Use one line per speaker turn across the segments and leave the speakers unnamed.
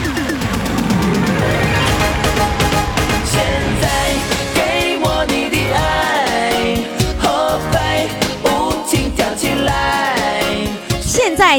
现在给我你的爱，后背舞情跳起来。
现在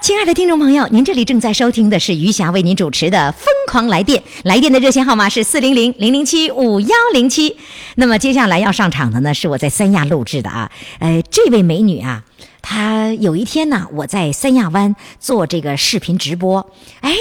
亲爱的听众朋友，您这里正在收听的是余霞为您主持的《疯狂来电》，来电的热线号码是四零零零零七五幺零七。那么接下来要上场的呢，是我在三亚录制的啊，呃，这位美女啊，她有一天呢，我在三亚湾做这个视频直播，哎。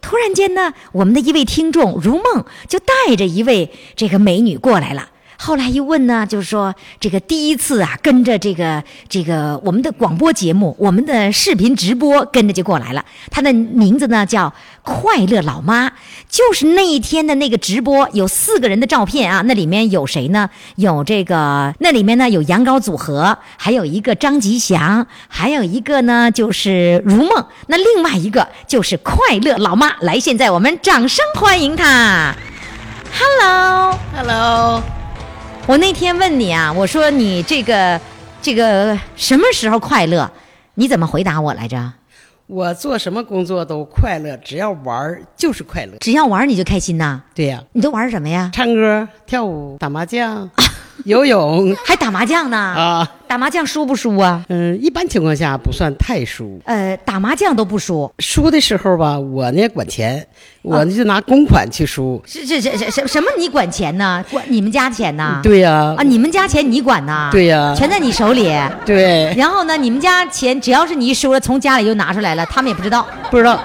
突然间呢，我们的一位听众如梦就带着一位这个美女过来了。后来一问呢，就是说这个第一次啊，跟着这个这个我们的广播节目、我们的视频直播跟着就过来了。她的名字呢叫快乐老妈，就是那一天的那个直播有四个人的照片啊，那里面有谁呢？有这个那里面呢有羊羔组合，还有一个张吉祥，还有一个呢就是如梦，那另外一个就是快乐老妈。来，现在我们掌声欢迎她。Hello。
Hello，
我那天问你啊，我说你这个这个什么时候快乐？你怎么回答我来着？
我做什么工作都快乐，只要玩儿就是快乐。
只要玩儿你就开心呐？
对呀、
你都玩儿什么呀？
唱歌、跳舞、打 麻将、游泳
还打麻将呢？
啊，
打麻将输不输啊？
嗯，一般情况下不算太输。
呃，打麻将都不输，
输的时候吧，我呢管钱，我呢就拿公款去输。
是这这这什什么？你管钱呢？管你们家钱呢？
对呀、
啊，你们家钱你管呐？
对呀
全在你手里。
对，
然后呢，你们家钱只要是你一输了，从家里就拿出来了，他们也不知道。
不 知道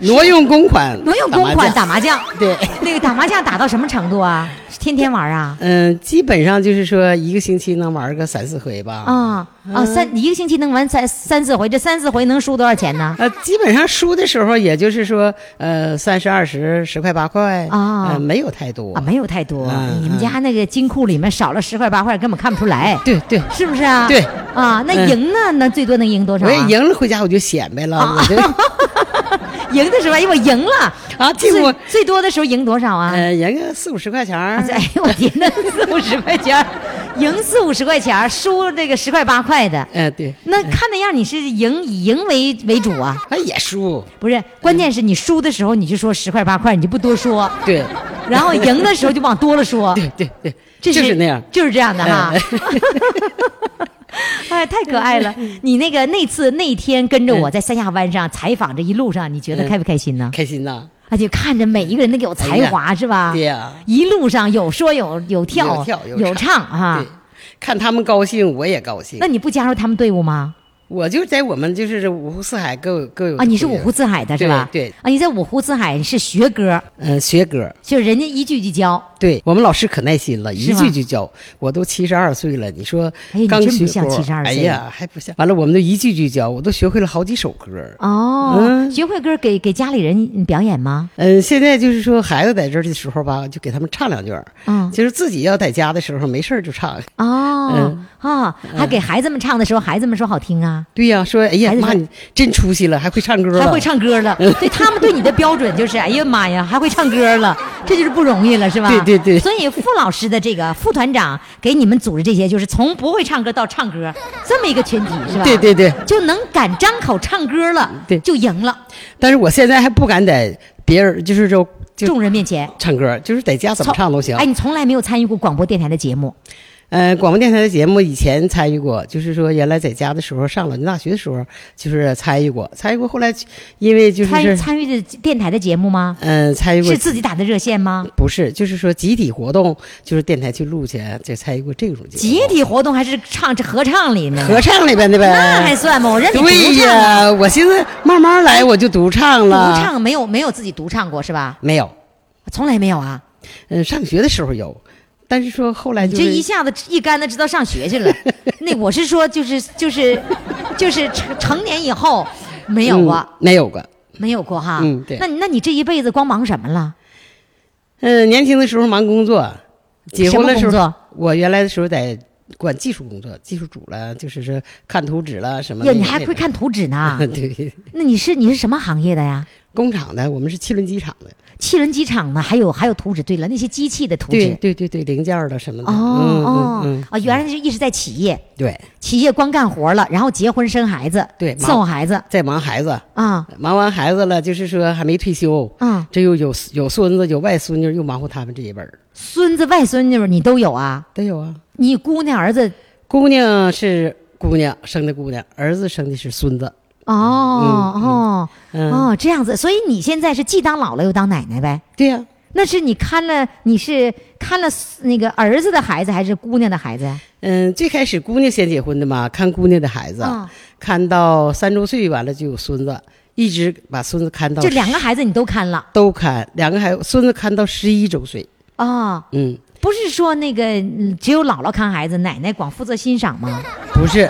挪用公款，
挪用公款打麻将，
对。
那个打麻将打到什么程度啊？是天天玩儿啊？
嗯，基本上就是说一个星期能玩个三四回吧。
啊啊，
嗯
三一个星期能玩三三四回，这三四回能输多少钱 呢？
呃，基本上输的时候，也就是说，呃，三十二十十块八块
啊
呃没有太多
啊，没有太多，
嗯
你们家那个金库里面少了十块八块，根本看不出来，
对对，
是不是啊？
对
啊，那
嗯
赢呢？那最多能赢多少
我
啊？
也赢了，回家我就显摆了，
啊
我 就
赢的时候，哎，我赢了
啊结
最
果
最多的时候赢多少啊？
呃赢个四五十块钱儿
哎，我天呐，四五十块钱儿，赢四五十块钱儿，输这个十块八块的，
呃，对，
那看那样你是赢以赢为为主啊？
他也输，
不是，关键是你输的时候你就说十块八块，你就不多说。
对，
然后赢的时候就往多了说，
对对对，
这是
就是那样。
就是这样的哈
哎。
哎，太可 爱了！
嗯
你那个那次那天跟着我在三亚湾上采访，这一路上你觉得
嗯
开不开心呢？
开心呐，
而且看着每一个人都有才华、
哎呀
是吧？
对呀
一路上有说有有跳
有跳有
有唱哈
对。，看他们高兴，我也高兴
啊那。你不加入他们队伍吗？
我就在我们就是五湖四海各有各有
啊，你是五
各有
湖四海的是吧？
对对
啊，你在五湖四海是学歌，
嗯学歌，
就是人家一句一句教。
对我们老师可耐心了，
是
一
吧
句就教。我都七十二岁了，你说
哎你
刚
真
学
不像
过
72岁
哎呀，还不像。完了，我们都一句句教，我都学会了好几首歌。
哦，
嗯
学会歌给给家里人表演吗？
嗯，现在就是说孩子在这儿的时候吧，就给他们唱两句儿。
嗯
就是自己要在家的时候没事儿就唱。
哦
嗯，
哦，还给孩子们唱的时候，孩子们说好听啊，
对呀、说哎呀
孩子
妈，
说
你真出息了，还会唱歌了，
还会唱歌 了。对他们对你的标准就是，哎呀妈呀，还会唱歌 了，这就是不容易了，是吧？
对对对
所以傅老师的这个副团长给你们组织这些，就是从不会唱歌到唱歌这么一个群体，是吧？
对对对。
就能敢张口唱歌了，
对
就赢了。
但是我现在还不敢在别人，就是说就
众人面前
唱歌，就是在家怎么
从
唱都行。
哎，你从来没有参与过广播电台的节目，
呃，广播电台的节目以前参与过，就是说原来在家的时候，上老年大学的时候，就是参与过，参与过。后来因为就是
参与参与的电台的节目吗？
嗯、参与过
是自己打的热线吗？
不是，就是说集体活动，就是电台去录去，就参与过这种节目。
集体活动还是唱这合唱里面？
合唱里边的呗，
那还算吗？我认你独
对
唱啊，
呀，我寻思慢慢来，我就独唱
独
了。
唱没有没有自己独唱过是吧？
没有，
从来没有啊！
嗯，上学的时候有，但是说后来
你
就
这
是
一下子一竿子知道上学去 了。那我是说，就是就是就是成成年以后没有过，
嗯没有过。
没有过哈。
嗯对
那你那你这一辈子光忙什么了？
嗯，年轻的时候忙工作，结婚的时
什么
候
工作，
我原来的时候在管技术工作，技术组了，就是说看图纸了什么的。？
呀，你还会看图纸啊呢
对，
那你是你是什么行业的呀？
工厂的，我们是汽轮机厂的。
汽轮机厂呢？还有还有图纸。对了，那些机器的图
对
纸。
对对对，零件儿的什么的。
哦
嗯
哦
嗯嗯，
啊！原来就一直在企业，
对，
企业光干活了，然后结婚生孩子，
对
伺候孩子
在忙孩子，
啊
忙完孩子了，就是说还没退休。
啊！
这又有有孙子有外孙女，又忙活他们这一辈儿，
孙子外孙女儿你都有啊？
得有啊。
你姑娘儿子
姑娘是姑娘生的姑娘，儿子生的是孙子。
哦哦
嗯，
哦，这样子，所以你现在是既当姥姥又当奶奶呗？
对呀、
那是你看了你是看了那个儿子的孩子还是姑娘的孩子呀？
嗯，最开始姑娘先结婚的嘛，看姑娘的孩子，
啊，
看到三周岁完了就有孙子，一直把孙子看到
就两个孩子你都看了
都看，两个孩孙子看到十一周岁。
啊？
嗯，
不是说那个嗯只有姥姥看孩子，奶奶光负责欣赏吗？
不是，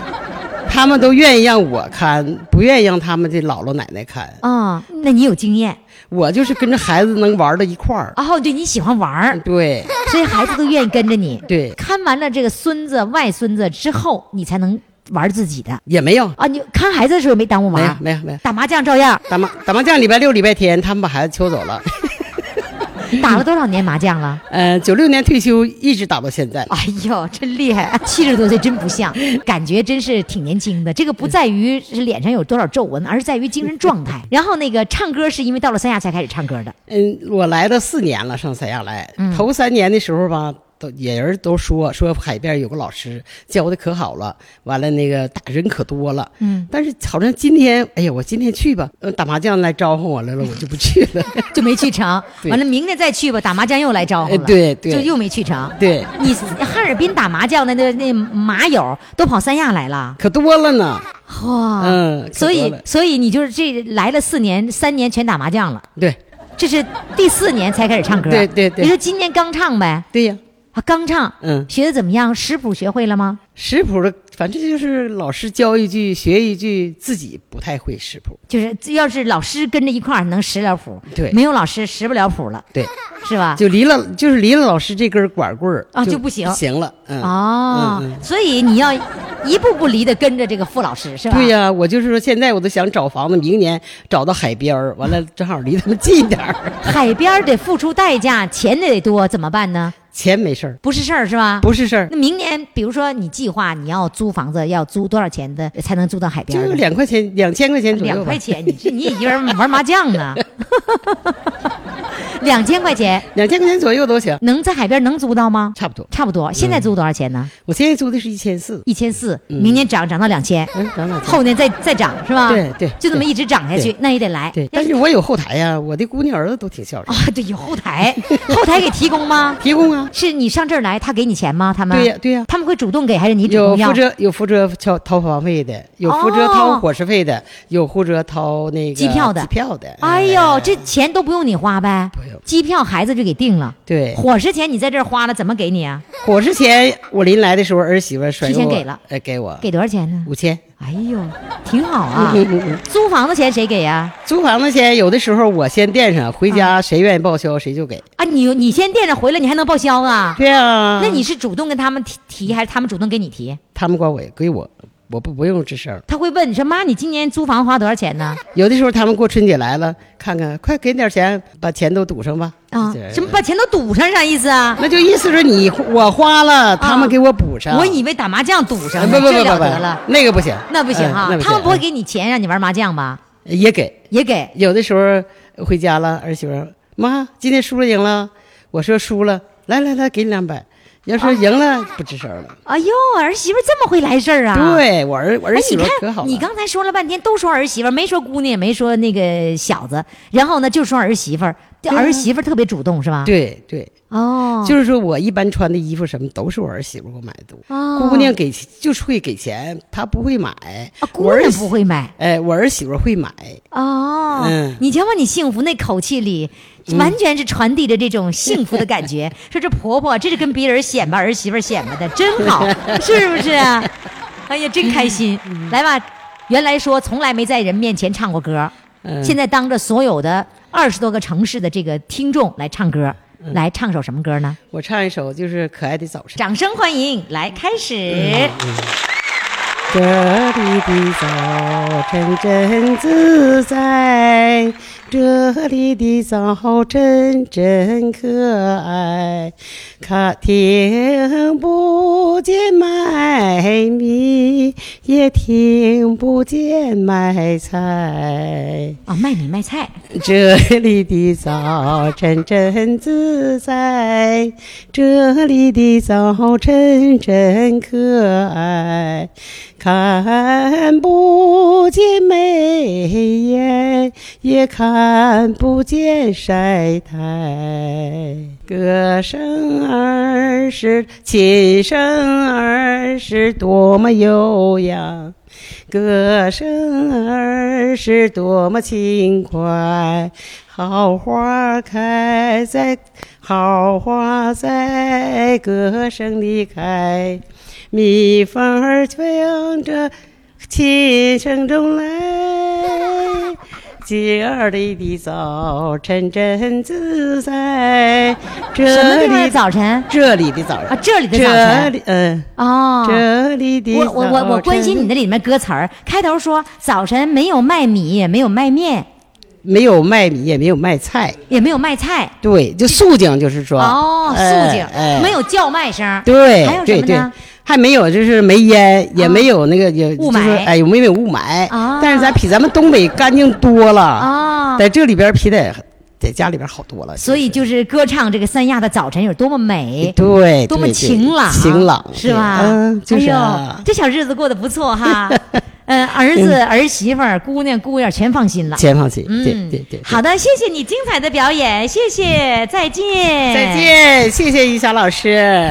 他们都愿意让我看，不愿意让他们的姥姥奶奶看。
啊，那你有经验
我就是跟着孩子能玩到一块儿。
哦？对你喜欢玩儿，
对
所以孩子都愿意跟着你。
对，
看完了这个孙子、外孙子之后，你才能玩自己的
也没有，
啊。你看孩子的时候没耽误
没有
忙，
没有没有。
打麻将照样
打麻打麻将，礼拜六、礼拜天他们把孩子揪走了。
打了多少年麻将 了？
呃，九六年退休，一直打到现在。
哎呦，真厉害！ 七十多岁真不像，感觉真是挺年轻的。这个不在于是脸上有多少皱纹，而是在于精神状态。然后那个唱歌是因为到了三亚才开始唱歌的。
嗯，我来了四年了，上三亚来。
嗯
头三年的时候吧，都也人都说说海边有个老师教的可好了，完了那个打人可多了。
嗯，
但是好像今天，哎呀，我今天去吧，呃，打麻将来招呼我来了，我就不去 了。
就没去成。
对
完了，明天再去吧，打麻将又来招呼了，
哎对对
就又没去成。
对，
你哈尔滨打麻将的那那麻友都跑三亚来了，
可多了呢。
哇！
嗯，可
啊所
多
以
了
所以你就是这来了四年，三年全打麻将了，
对
这是第四年才开始唱歌。
对对对
你说今年刚唱呗，
对呀，
啊，刚唱，
嗯
学的怎么样？识谱学会了吗？
食谱的，反正就是老师教一句学一句，自己不太会食谱。
就是要是老师跟着一块儿能识了谱，
对
没有老师识不了谱了，
对。
是吧？
就离了，就是离了老师这根管棍儿
啊啊就不行
行了，嗯，
哦，
嗯嗯
所以你要一步步离的跟着这个傅老师，是吧？
对、呀、我就是说，现在我都想找房子，明年找到海边儿，完了正好离他们近点儿，
海边儿得付出代价，钱得多，怎么办呢？
钱没事儿，
不是事儿，是吧？
不是事儿
那，明年，比如说你计划你要租房子，要租多少钱的才能租到海边
就
儿的？
两块钱，两千块钱左右吧，
两块，钱，你这你一个人玩麻将呢？两千块钱
两千块钱左右都行，
能在海边能租到吗？
差不多。
差不多，
嗯
现在租多少钱呢？
我现在租的是一千四，
一千四，明年涨涨到两千，
嗯，涨两千。
啊后年再再涨是吧？
对对
就这么一直涨下去
对，
那也得来。
对，但是我有后台呀、我的姑娘儿子都挺孝
啊
顺，，
对，有后台，后台给提供吗？
提供啊，
是你上这儿来，他给你钱吗？他们
对呀对呀
他们会主动给还是你主
有
动要
负？责有负责掏掏房费的，有负责
哦
掏伙食费的，有负责掏那个
机票的
机票的。
哎呦，这钱都不用你花呗
不用，
机票孩子就给定了，
对，
伙食钱你在这儿花了，怎么给你啊？
火之前我临来的时候，儿媳妇甩
提前
我
给了
哎，给我
给多少钱呢？
五千。
哎呦，挺好啊
嗯嗯嗯！
租房子钱谁给呀、
租房子钱有的时候我先垫上，回家谁愿意报销谁就给。
啊？你你先垫着回来，你还能报销啊？
对啊，
那你是主动跟他们提提，还是他们主动给你提？
他们管我给我，我不不用吱声。
他会问你说：“妈，你今年租房花多少钱呢
有的时候他们过春节来了，看看快给点钱，把钱都堵上吧。？”
啊
这，
什么把钱都堵上，啥意思啊？
那就意思是你我花了，他们给我补上。
我以为打麻将堵上
哎
呢，
不不
这
不
了
不
得了，
不，那个不行，
那不行啊哈、
嗯那
他们不会
行
给你钱让你玩麻将吧？
嗯也给。
也给
有的时候回家了，儿媳妇儿妈今天输了赢了，我说输了，来来来，给你两百。
要是赢了不吱声了。
哎呦，儿媳妇这么会来事儿啊！。
对我儿我儿
哎，
媳
你
妇可好
看，
了，
你刚才说了半天，都说儿媳妇儿，没说姑娘，也没说那个小子，然后呢，就说儿媳妇儿，这
对啊
儿媳妇儿特别主动，是吧？，
对对，
哦，
就是说我一般穿的衣服什么都是我儿媳妇给我买的多。
哦
姑娘给就是会给钱，她不会买。
啊
我
姑
儿
娘
媳
不会买
哎，我儿媳妇会买，
哦。
嗯
你瞧瞧，你幸福那口气里，完全是传递着这种幸福的感 觉。说这婆婆，这是跟别人显摆，儿媳妇儿显摆的，真 好，是不是啊？哎呀，真开心！来吧，原来说从来没在人面前唱过歌，
嗯
现在当着所有的二十多个城市的这个听众来唱歌，
嗯
来唱首什么歌呢？
我唱一首就是《可爱的早晨》。
掌声欢迎！来，开始。
嗯这里的早晨真自在，这里的早晨真可爱。看听不见麦米，也听不见麦菜。
哦，卖米卖菜，
这里的早晨真自在，这里的早晨真可爱。看不见眉眼，也看不见晒台。歌声儿是琴声儿是多么悠扬。歌声儿是多么轻快，好花开在，好花在歌声里开，蜜蜂儿飞扬着琴声中来。这儿里的早晨真自在，
什么
这
地方
里
的早晨？
这里的早晨
啊这里的早晨
这里嗯，
哦，
这里的
我我我我
早
关心
晨
你那里面歌词儿，开头说早晨没有卖米，也没有卖面，
没有卖米，也没有卖菜，
也没有卖菜，
对，就肃静，就是说
哦，
哎
肃静，
哎
没有叫卖声，
对，
还有什
对
么
对
呢？，
还没有就是没烟，也
啊
没有那个也
雾
就是
霾
哎，有没有雾霾
啊？
但是咱比咱们东北干净多了，
哦，
在这里边比在在家里边好多了，
所以
就
就是歌唱这个三亚的早晨有多么
是
美。
对，
多么
对对
晴朗，啊
晴朗
是吧？
对嗯，就是啊
哎呦，这小日子过得不错 哈。嗯，儿子、儿媳妇儿、姑娘、姑爷儿全放心了。
前放心，对
嗯，
对对，对
好，的，谢谢你精彩的表演，谢谢，再见，
再。见，谢谢于霞老师。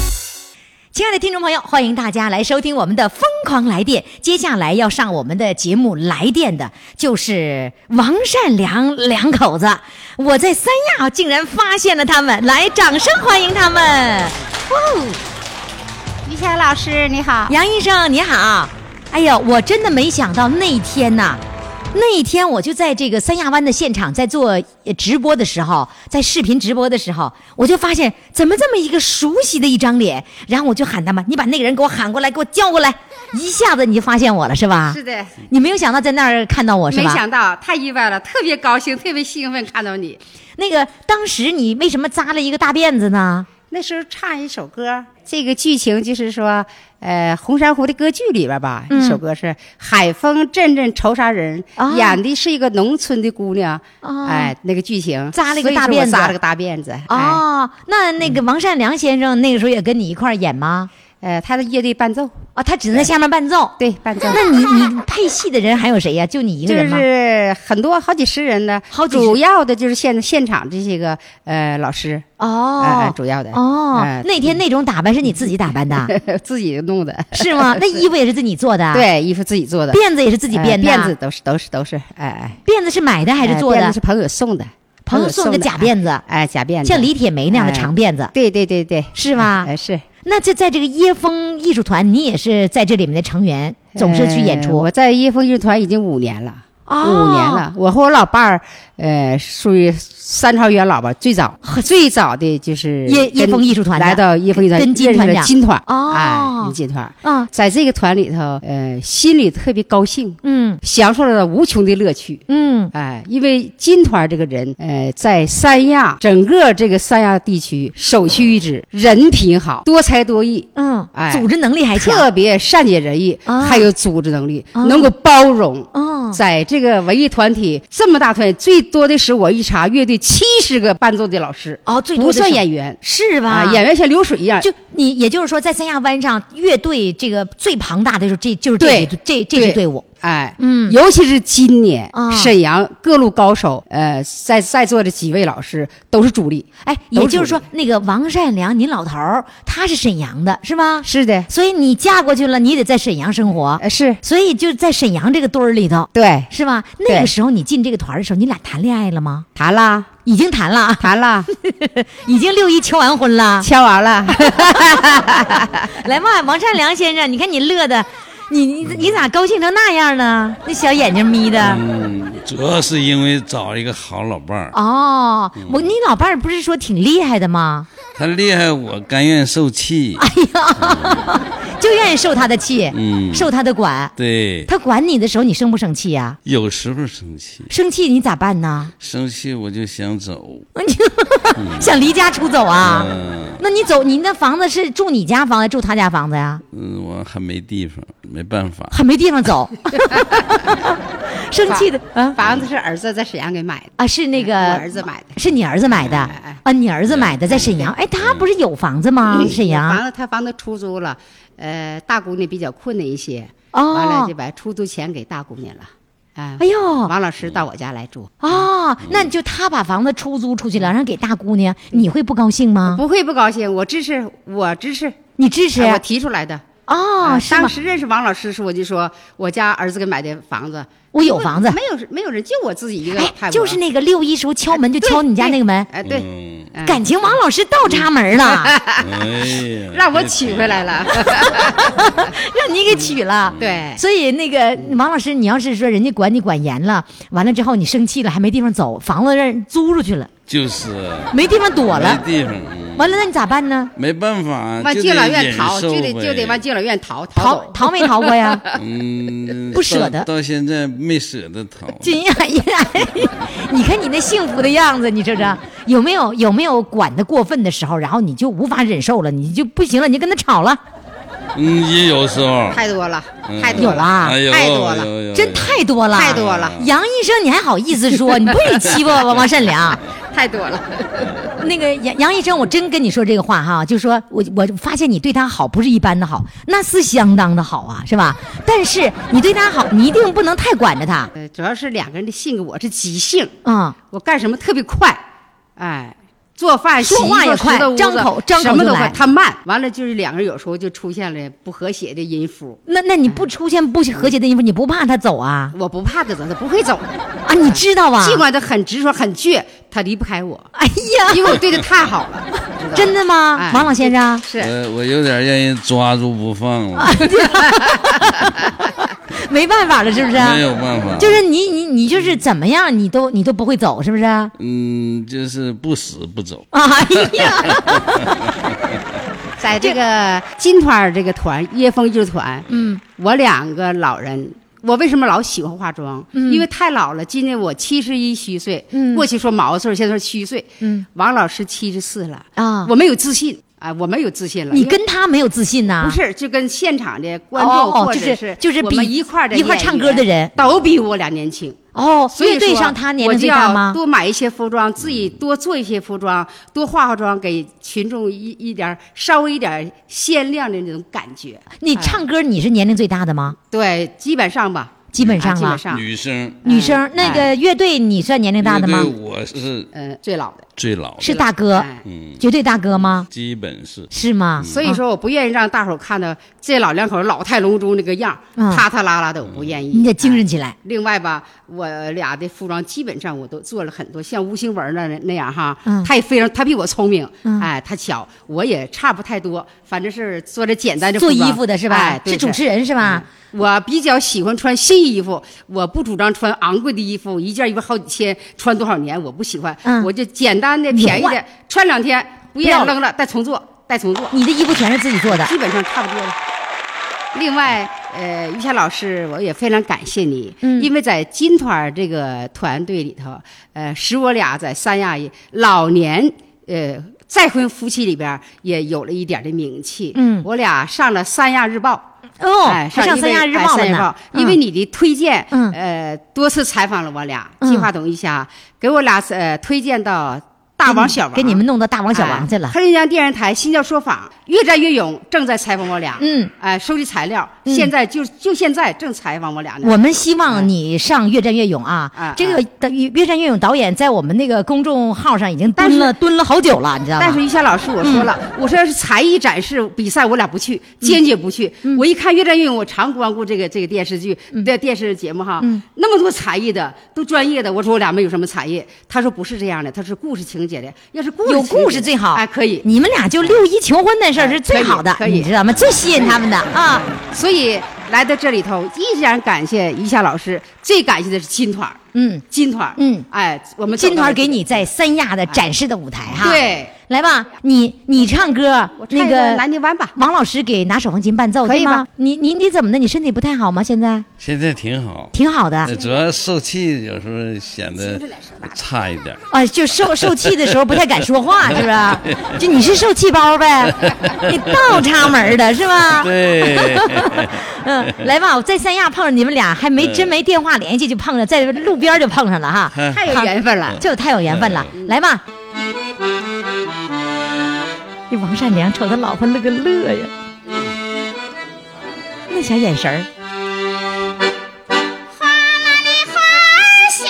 亲爱的听众朋友，欢迎大家来收听我们的《疯狂来电》。接下来要上我们的节目来电的就是王善良两口子。我在三亚竟然发现了他们，来，掌声欢迎他们！
于霞老师你好，
杨医生你好，哎呦，我真的没想到那一天呐、那一天我就在这个三亚湾的现场，在做呃直播的时候，在视频直播的时候，我就发现怎么这么一个熟悉的一张脸，然后我就喊他们，你把那个人给我喊过来，给我叫过来，一下子你就发现我了是吧？
是的，
你没有想到在那儿看到我是吧？
没想到太意外了，特别高兴，特别兴奋看到你。
那个当时你为什么扎了一个大辫子呢？
那时候唱一首歌，这个剧情就是说，呃，红珊瑚的歌剧里边吧，一首歌是《海风阵阵愁杀人》
啊
演的是一个农村的姑娘，
啊
哎，那个剧情
扎了一个
所以说
大辫子
我扎了个大辫子。哎，
哦，那那个王善良先生那个时候也跟你一块儿演吗？
呃，他的乐队伴奏，
哦，他只能在下面伴奏。
对伴奏。
那你你配戏的人还有谁呀、就你一个
就
人吗？
是很多好几十人呢，
好几十
主要的就是现现场这些个呃老师，
哦、
哎哎主要的
哦、
哎
那天那种打扮是你自己打扮 的，
自己弄的，
是吗？那衣服也是自己做的，，
对，衣服自己做的，
啊辫子也是自己
哎
编的，
辫子都是都是都是，哎哎，
辫子是买的还是
哎
做的？
辫子是朋友送的，
朋友送的假辫子
哎哎，假辫子，
像李铁梅那样的
哎
长辫子，
对对对对，
是啊吧？
哎是。
那这在这个椰风哎艺术团，你也是在这里面的成员，总是去演
呃
出。哦
我在椰风乐团已经五年了，五年了。我和我老伴儿，呃，属于三朝元老吧，最早最早的就是
叶叶
跟
枫艺术团的
来到叶枫艺术团，
跟金团
认识了
长
金团
哦
哎，跟金团，
啊，
在这个团里头，呃，心里特别高兴，
嗯
享受了无穷的乐趣。
嗯
哎，因为金团这个人，呃，在三亚整个这个三亚地区首屈一指，人品好，多才多艺，
嗯
哎，
组织能力还强，
特别善解人意，
啊
还有组织能力，
啊
能够包容。
哦，
在这个文艺团体这么大团，最多的时候我一查，乐队七十个伴奏的老师，
哦，最多
不
的
算
是
演员
是吧？
啊，演员像流水一样，
就你，也就是说，在三亚湾上，乐队这个最庞大的就是这就是这
对
支这这支
对
队伍，
哎，
嗯
尤其是今年、
啊
沈阳各路高手，呃，在在座的几位老师都是主力，
哎，
都
也就是
主
说
力，
那个王善良，您老头儿他是沈阳的，是吧？
是的，
所以你嫁过去了，你得在沈阳生活，
呃，是
所以就在沈阳这个堆儿里头，
对，
是吧？那个
对
时候你进这个团儿的时候，你俩谈恋爱了吗？
谈 啦，
已经谈了，
谈啦，
已经六一求完婚 了。
签完了，
来嘛，王善良先生，你看你乐的，你你你咋高兴成那样呢？那小眼睛眯的。
主要是因为找一个好老伴儿，
哦，我
嗯
你老伴儿不是说挺厉害的吗？
他厉害，我甘愿受气。
哎
就愿意受他的气，
嗯
受他的管。
对，
他管你的时候，你生不生气呀、
有时候生气，
生气你咋办呢？
生气我就想走。
想离家出走啊？
嗯、
那你走，你那房子是住你家房子，住他家房子呀？
嗯，我还没地方，没办法。
还没地 方走，生气的啊
房子是儿子在沈阳给买的，
啊！是那个
我儿子买的。
是你儿子买的
哎嗯
啊？你儿子买的在沈
嗯
阳？哎，他不是有房子吗？嗯沈阳
房子他房子出租了，呃，大姑娘比较困难一些，
哦
完了就把出租钱给大姑娘了，哎，
哎呦
王老师到我家来住，
哦，
嗯
那就他把房子出租出去了，让给大姑娘，你会不高兴吗？
不会不高兴，我支持，我支持，
你支持
哎我提出来的。
啊哦，
啊
是
当
吗？
时认识王老师时，我就说我家儿子给买的房子，
我有房子
没有没有人，就我自己一个泰
哎，
国，
就是那个六一时候敲门就
对
敲你家那个门，
哎对，
嗯，
哎
感情王老师倒插门了，
嗯
哎呀，
让我娶回来了，
让你给娶了。
对，
所以那个王老师，你要是说人家管你管严了，完了之后你生气了，还没地方走，房子让人租出去了，
就是
没地方躲
没
了，
地方，嗯
完了那你咋办呢？
没办法，
往
啊就
敬老
得
院
忍
逃，
受
就得
呗
就得往敬老院逃
逃
走。
逃没逃过呀？
嗯，
不舍得
到到现在没舍得逃。
金呀呀，你看你那幸福的样子，你瞅瞅，有没有有没有管的过分的时候，然后你就无法忍受了，你就不行了，你就跟他吵了，
嗯，也有时候，
太多了，
嗯
太多
有啦
哎呦
太多了
有有有
真太多了，
太多了，
杨医生，你还好意思说？你不许欺负王王善 良。
太多了。
那个杨杨医生，我真跟你说这个话哈，就说我我发现你对他好不是一般的好，那是相当的好啊，是吧？但是你对他好，你一定不能太管着他
呃，主要是两个人的性格，我是急性，
啊、
我干什么特别快，哎。做饭、
说话
洗衣
也
服
快
拾掇屋子
张口张口
什么都
就来
快，他慢。完了就是两个人有时候就出现了不和谐的音符，
那那你不出现不和谐的地方，你不怕他走啊？
我不怕他走，他不会走的。
啊，你知道啊？
尽管他很执着、很倔，他离不开我，
哎呀，
因为我对他太好了。
真的吗，
哎
王老先生？
是
哎我我有点让人抓住不放了，
没办法了，是不是？
没有办法。
就是你你你就是怎么样，你都你都不会走， 是不是？啊，
哎
嗯，就是不死不走。
哎呀，
在这个金团儿这个团，椰风艺术团，嗯，我两个老人。我为什么老喜欢化妆？因为太老了，今年我七十一虚岁，
嗯
过去说毛岁，现在说虚岁。
嗯，
王老师七十四了
啊
我没有自信啊，我没有自信 了。
你
因为
跟他没有自信呐、
不是就跟现场的观众
哦哦
或者
就是
是
就是
我
比
们一块儿的
一块儿
演
唱歌的
员
人
都比我俩年轻。
哦，
所以
乐队
说
上他年
我
龄
就
最大
要
吗？
多买一些服装，自己多做一些服装，多化化妆，给群众一一点儿稍微一点儿鲜亮的那种感觉。
你唱歌你是年龄最大的吗？
对，基本上吧，
基本上
啊基
了
本。上，哎
女生
女生那个乐队你算年龄大的吗
乐？队我是
嗯，最老的，
最老的，
是大哥，
哎
嗯，
绝对大哥吗？
基本是
是吗？啊
所以说我不愿意让大伙儿看到这老两口儿老态龙钟那个样
嗯
儿，塌塌拉拉的，我不愿意。
你得精神
哎
起来。
另外吧，我俩的服装基本上我都做了很多，像吴兴文那那样哈，
嗯
他也非常，他比我聪明，
嗯
哎，他巧，我也差不太多，反正是做着简单的
做
服装
衣服的是吧？
哎、对
是主持人是吧？
嗯我比较喜欢穿新衣服，我不主张穿昂贵的衣服，一件衣服好几千，穿多少年我不喜欢，
嗯
我就简单的、便宜
你
的穿两天，不愿
不要
意扔了，再重做，再重做。
你的衣服全是自己做的，
基本上差不多了。另外，呃，于霞老师，我也非常感谢你，
嗯
因为在金团儿这个团队里头，呃，使我俩在三亚也老年呃再婚夫妻里边儿也有了一点儿的名气。
嗯
我俩上了《三亚日报》。
哦，
哎，
还上
因
三
为
亚日
哎
报
三
了
亚日
呢
报。因为你的推荐，
嗯
呃，多次采访了我俩，
嗯
计划董一霞给我俩呃推荐到大王小王，
给你们弄到大王小王去了
哎。黑龙江电视台新教说法越战越勇，正在采访我俩。
嗯，
哎，收集材料，
嗯
现在就就现在正采访我俩呢。
我们希望你上《越战越勇》啊
哎，
这个的《越越战越勇》导演在我们那个公众号上已经蹲了蹲了好久了，你知道吗？
但是于霞老师，我说了，
嗯
我说要是才艺展示比赛，我俩不去，坚决不去。
嗯
我一看《越战越勇》，我常光顾这个这个电视剧的电视节目哈，
嗯
那么多才艺的，都专业的，我说我俩没有什么才艺。他说不是这样的，他是故事情节的，要是故事
有
情节
故事最好嗯
哎，可以。哎
你们俩就六一求婚那事儿是最好的，
可以可以哎
你知道吗？最吸引他们的啊，
所以来到这里头，依然感谢于霞老师，最感谢的是金团儿
嗯，
金团儿
嗯
哎，我们
金团儿给
你。
你在三亚的展示的舞台哈。
哎对，
来吧，你你唱歌
我，唱
那
一个
个
南泥湾吧
王老师给拿手风琴伴奏，
可以
对吗
吧？
你你你怎么的？你身体不太好吗？现在
现在挺好，
挺好的
呃。主要受气有时候显得差一点儿。
啊，就受受气的时候不太敢说话，是吧？就你是受气包呗，你倒插门儿的是吧？
对，
嗯，来吧，我在三亚碰上你们俩，还没真没电话联系就碰上，在路边就碰上了哈，
太有缘分 了。
这太有缘分了。来吧，这王善良瞅他老婆乐个乐呀，那小眼神儿，
花篮的花儿香，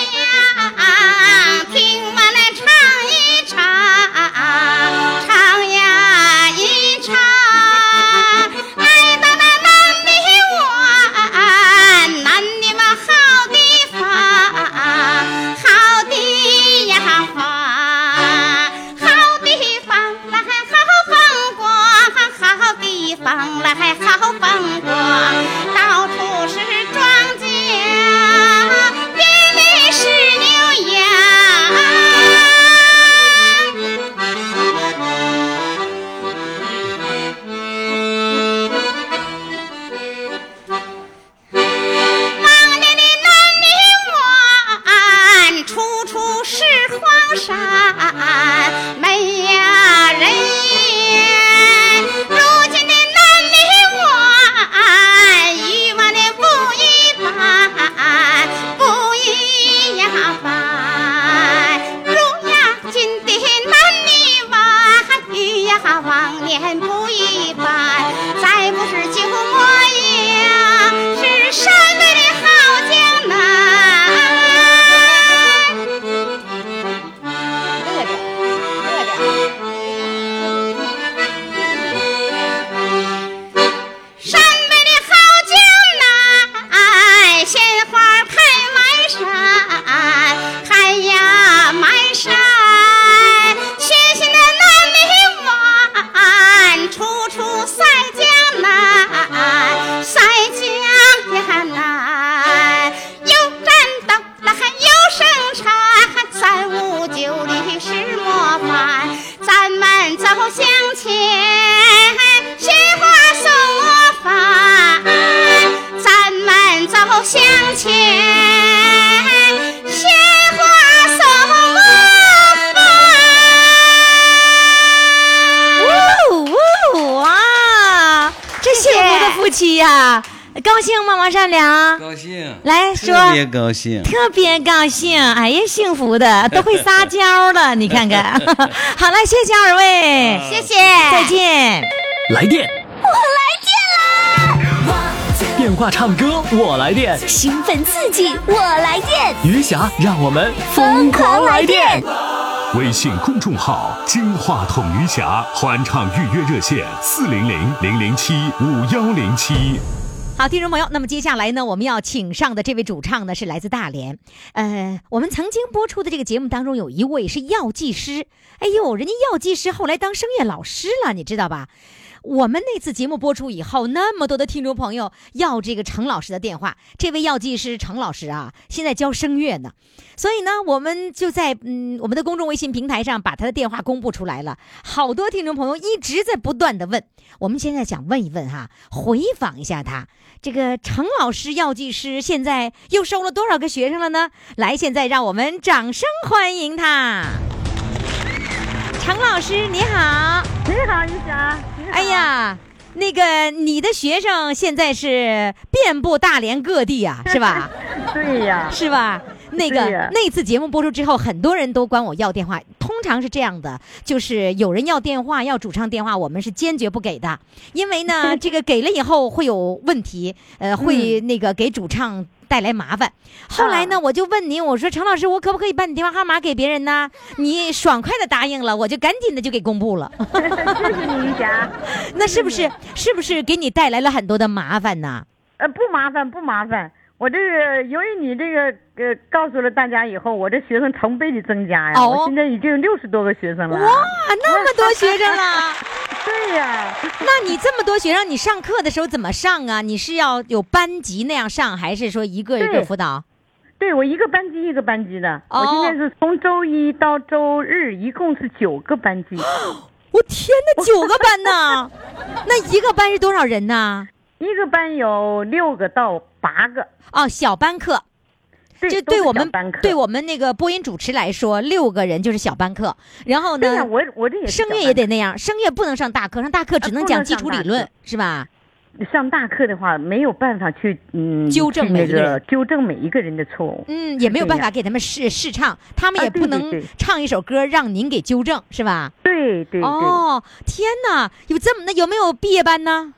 听我来唱一唱，唱呀一唱，爱到那南泥湾，南泥湾好地方，好地呀方，好地方来好风光，好地方来好风光，到处是庄稼，遍地是牛羊。望见的南泥湾，处处是荒山，没呀人烟。如今的南泥湾，与往的不一般，不一样般。如呀今的南泥湾，与呀往年不一般，再不是旧模样，是山外的好江南。乐着，乐着。山北的好江南，哎鲜花开满山，开呀满山。新鲜的南泥湾，处处赛江南，赛江南。有战斗，那还有生产，三五九里是模范。咱们走向前，鲜花送我返。咱们走向前，鲜花送我返。
呜呜哇，这幸福的夫妻呀、高兴吗？王善良，
高兴，
来说。
特别高兴。
特别高兴，哎呀，幸福的都会撒娇了，你 看看。好了，谢谢二位，
谢
啊
谢，
啊再见。
来电，我来电啦！电话唱歌，我来电。
兴奋刺激，我来电，
余霞，让我们
疯狂来电！
微信公众号“金话筒余霞”欢唱预约热线：四零零零零七五幺零七。
好，听众朋友，那么接下来呢，我们要请上的这位主唱呢是来自大连。呃，我们曾经播出的这个节目当中，有一位是药剂师。哎呦，人家药剂师后来当声乐老师了，你知道吧？我们那次节目播出以后，那么多的听众朋友要这个程老师的电话。这位药剂师程老师啊，现在教声乐呢，所以呢，我们就在嗯我们的公众微信平台上把他的电话公布出来了。好多听众朋友一直在不断的问，我们现在想问一问哈、回访一下他。这个程老师药剂师现在又收了多少个学生了呢？来，现在让我们掌声欢迎他。程老师你好。
你好，于霞。你好
哎，呀，那个你的学生现在是遍布大连各地啊，是吧？
对呀，
是吧？那
对
个
呀
那次节目播出之后，很多人都管我要电话。通常是这样的，就是有人要电话，要主唱电话，我们是坚决不给的，因为 呢，这个给了以后会有问题，呃，会那个给主唱带来麻烦。后来呢，我就问您，我说常老师，我可不可以把你电话号码给别人呢？你爽快的答应了，我就赶紧的就给公布了。
谢谢你，于霞。
那是不是是不是给你带来了很多的麻烦呢？
呃，不麻烦，不麻烦。我这个由于你这个呃告诉了大家以后，我这学生成倍的增加呀，
哦
我现在已经有六十多个学生了。
哇，啊那么多学生啊了！
对呀，
那你这么多学生，你上课的时候怎么上啊？你是要有班级那样上，还是说一个一个
对
辅导？
对我一个班级一个班级的，
哦
我现在是从周一到周日一共是九个班 级，
我天哪，九个班呢？ 那一个班是多少人呢？
一个班有六个到八个。
哦，小班课，
对，
就
都
对
是
我
小
们
班课
对我们那个播音主持来说，六个人就是小班课。然后
对哎呀，
呢，
我我这也是
声乐
小
也
班
得那样，声乐不能上大课，上大课只
啊
能
不
讲
能
基
上
础
大
理
课
论，是吧？
上大课的话，没有办法去嗯
纠正
去
每
那
一个人
个纠正每一个人的错误。
嗯，也没有办
这
法给他们试试唱，他们
啊
也
对
不
对
能
对
唱一首歌让您给纠正，是吧？
对对对，
哦，天哪，有这么那有没有毕业班呢？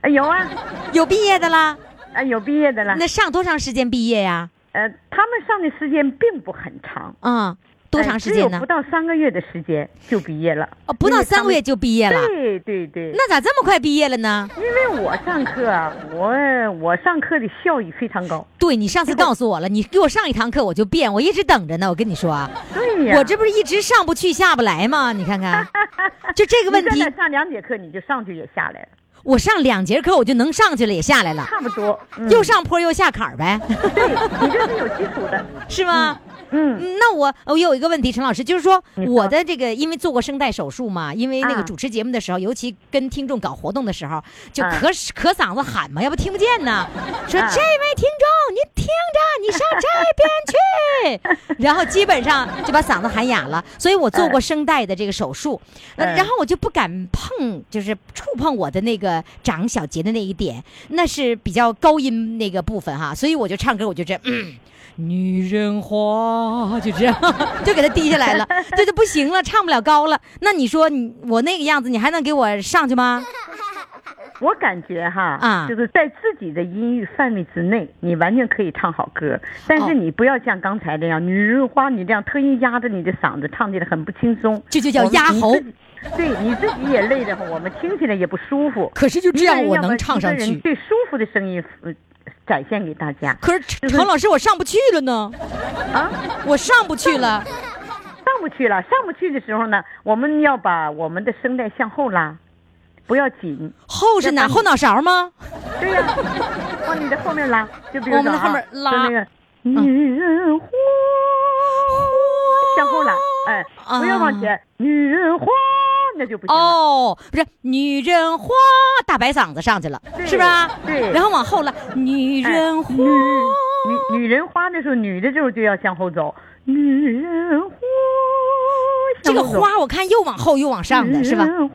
哎有啊，
有毕业的啦，
啊有毕业的了。
那上多长时间毕业呀？
呃，他们上的时间并不很长，
嗯，多
呃
长时
只
间
有
呢
不？到三个月的时间就毕业了。
哦，不
因
到
为他
三个
们
月就毕业了，
对对对，
那咋这么快毕业了呢？
因为我上课啊，我我上课的效益非常高。
对你上次告诉我了，你给我上一堂课我就变，我一直等着呢。我跟你说啊，
对呀，
我这不是一直上不去下不来吗？你看 看，就这个问
你在
题
那，上两节课，你就上去也下来了，
我上两节课我就能上去了，也下来了，
差不多。嗯、
又上坡又下坎儿呗。
对，你这是有基础的。
是吗？
嗯
那我我有一个问题，陈老师，就是说
你说
我的这个，因为做过声带手术嘛，因为那个
啊
主持节目的时候，尤其跟听众搞活动的时候，就
啊
咳咳嗓子喊嘛，要不听不见 呢。说这
啊
位听众，您听着，你上这边 去，然后基本上就把嗓子喊哑了。所以我做过声带的这个手术，呃
嗯
然后我就不敢碰，就是触碰我的那个长小节的那一点，那是比较高音那个部分哈，所以我就唱歌，我就这嗯。女人花就这样， 就给它低下来 了，这就不行了，唱不了高了。那你说你我那个样子，你还能给我上去吗？
我感觉哈，
啊
就是在自己的音域范围之内，你完全可以唱好歌，但
哦
是你不要像刚才那样，女人花你这样特意压着你的嗓子，唱起来很不轻松，
这就叫
我们
压
你
喉
自己。对你自己也累得慌，我们听起来也不舒服。
可是就这
一个
样，
人
我
要把
能唱上
一个人
去。
最舒服的声音、呃展现给大家。
可是
就
程
是
程老师，我上不去了呢，
啊，
我上不去了。
上不去了，上不去的时候呢，我们要把啊我们的声带向后拉，不要紧。
后是哪？
要不然你
后脑勺吗？
对呀、往你的后面拉，就比如
往我们
说
的后面
啊
拉嗯
就那个女人花，向后拉，哎，不要往前，女人花，那就不行了。
啊哦，不是，女人花大白嗓子上去了，
对
是吧？
对
然后往后了，女
哎
人花。
女女女人花的时候，女的时候就要向后走，女人花，
这
向
个
后走
花我看又往后又往上的是吧
女？人花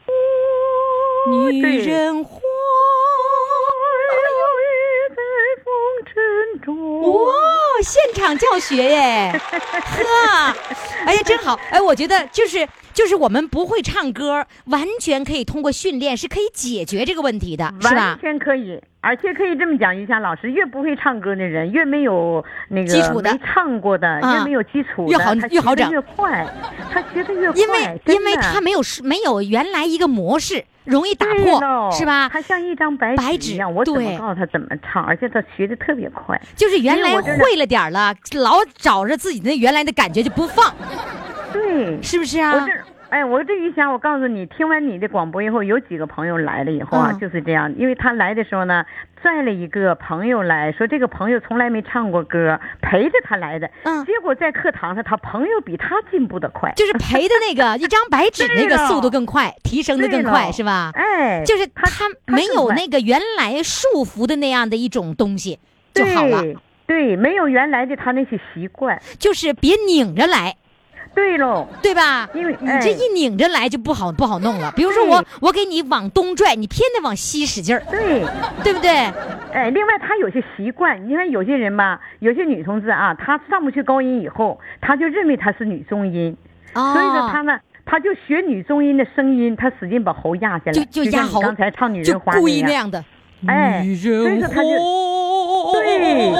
女
对
人花，
哎儿游于在风尘中，哦
哇，现场教学 耶，呵，哎呀，真好！哎，我觉得就是就是我们不会唱歌，完全可以通过训练是可以解决这个问题的，是吧
完？全可以，而且可以这么讲，于霞老师，越不会唱歌的人，越没有那个
基础的
没唱过的，
啊
越没有基础的，
越好
他
越好
学得
整
越快，他学的越快，
因为
真
因为
的
他没有是没有原来一个模式，容易打
对喽
破，是吧？
他像一张白
白
纸
纸
一样，我怎
对
么告诉他怎么唱，而且他学的特别快。
就是原来
因为我真的
会了点儿了，老找着自己那原来的感觉就不放，
对，
是不是
嗯我
啊
这？哎，我这一想，我告诉你，听完你的广播以后，有几个朋友来了以后啊，
嗯
就是这样，因为他来的时候呢，拽了一个朋友来说，这个朋友从来没唱过歌，陪着他来的，
嗯啊
结果在课堂上，他朋友比他进步的快，
就是陪的那个一张白 纸那个
对了
速度更快，提升的
对
更快，
了
是吧？
啊哎，
就是
他
他
他
没
更
有
快
那个原来束缚的那样的一种东西就好了，
对对，没有原来的他那些习惯，
就是别拧着来，
对喽，
对吧？
因为
你
哎
这一拧着来就不好不好弄了。比如说我我给你往东拽，你偏得往西使劲儿，
对。
对不对？
哎，另外她有些习惯，你看有些人吧，有些女同志啊，她上不去高音以后，她就认为她是女中音，
哦，
所以说她呢，她就学女中音的声音，她使劲把喉压下来，
就就
像
压
你
喉，
刚才唱《女
就
人花》
故意
那
那
样，
样的，
哎，所以说她就对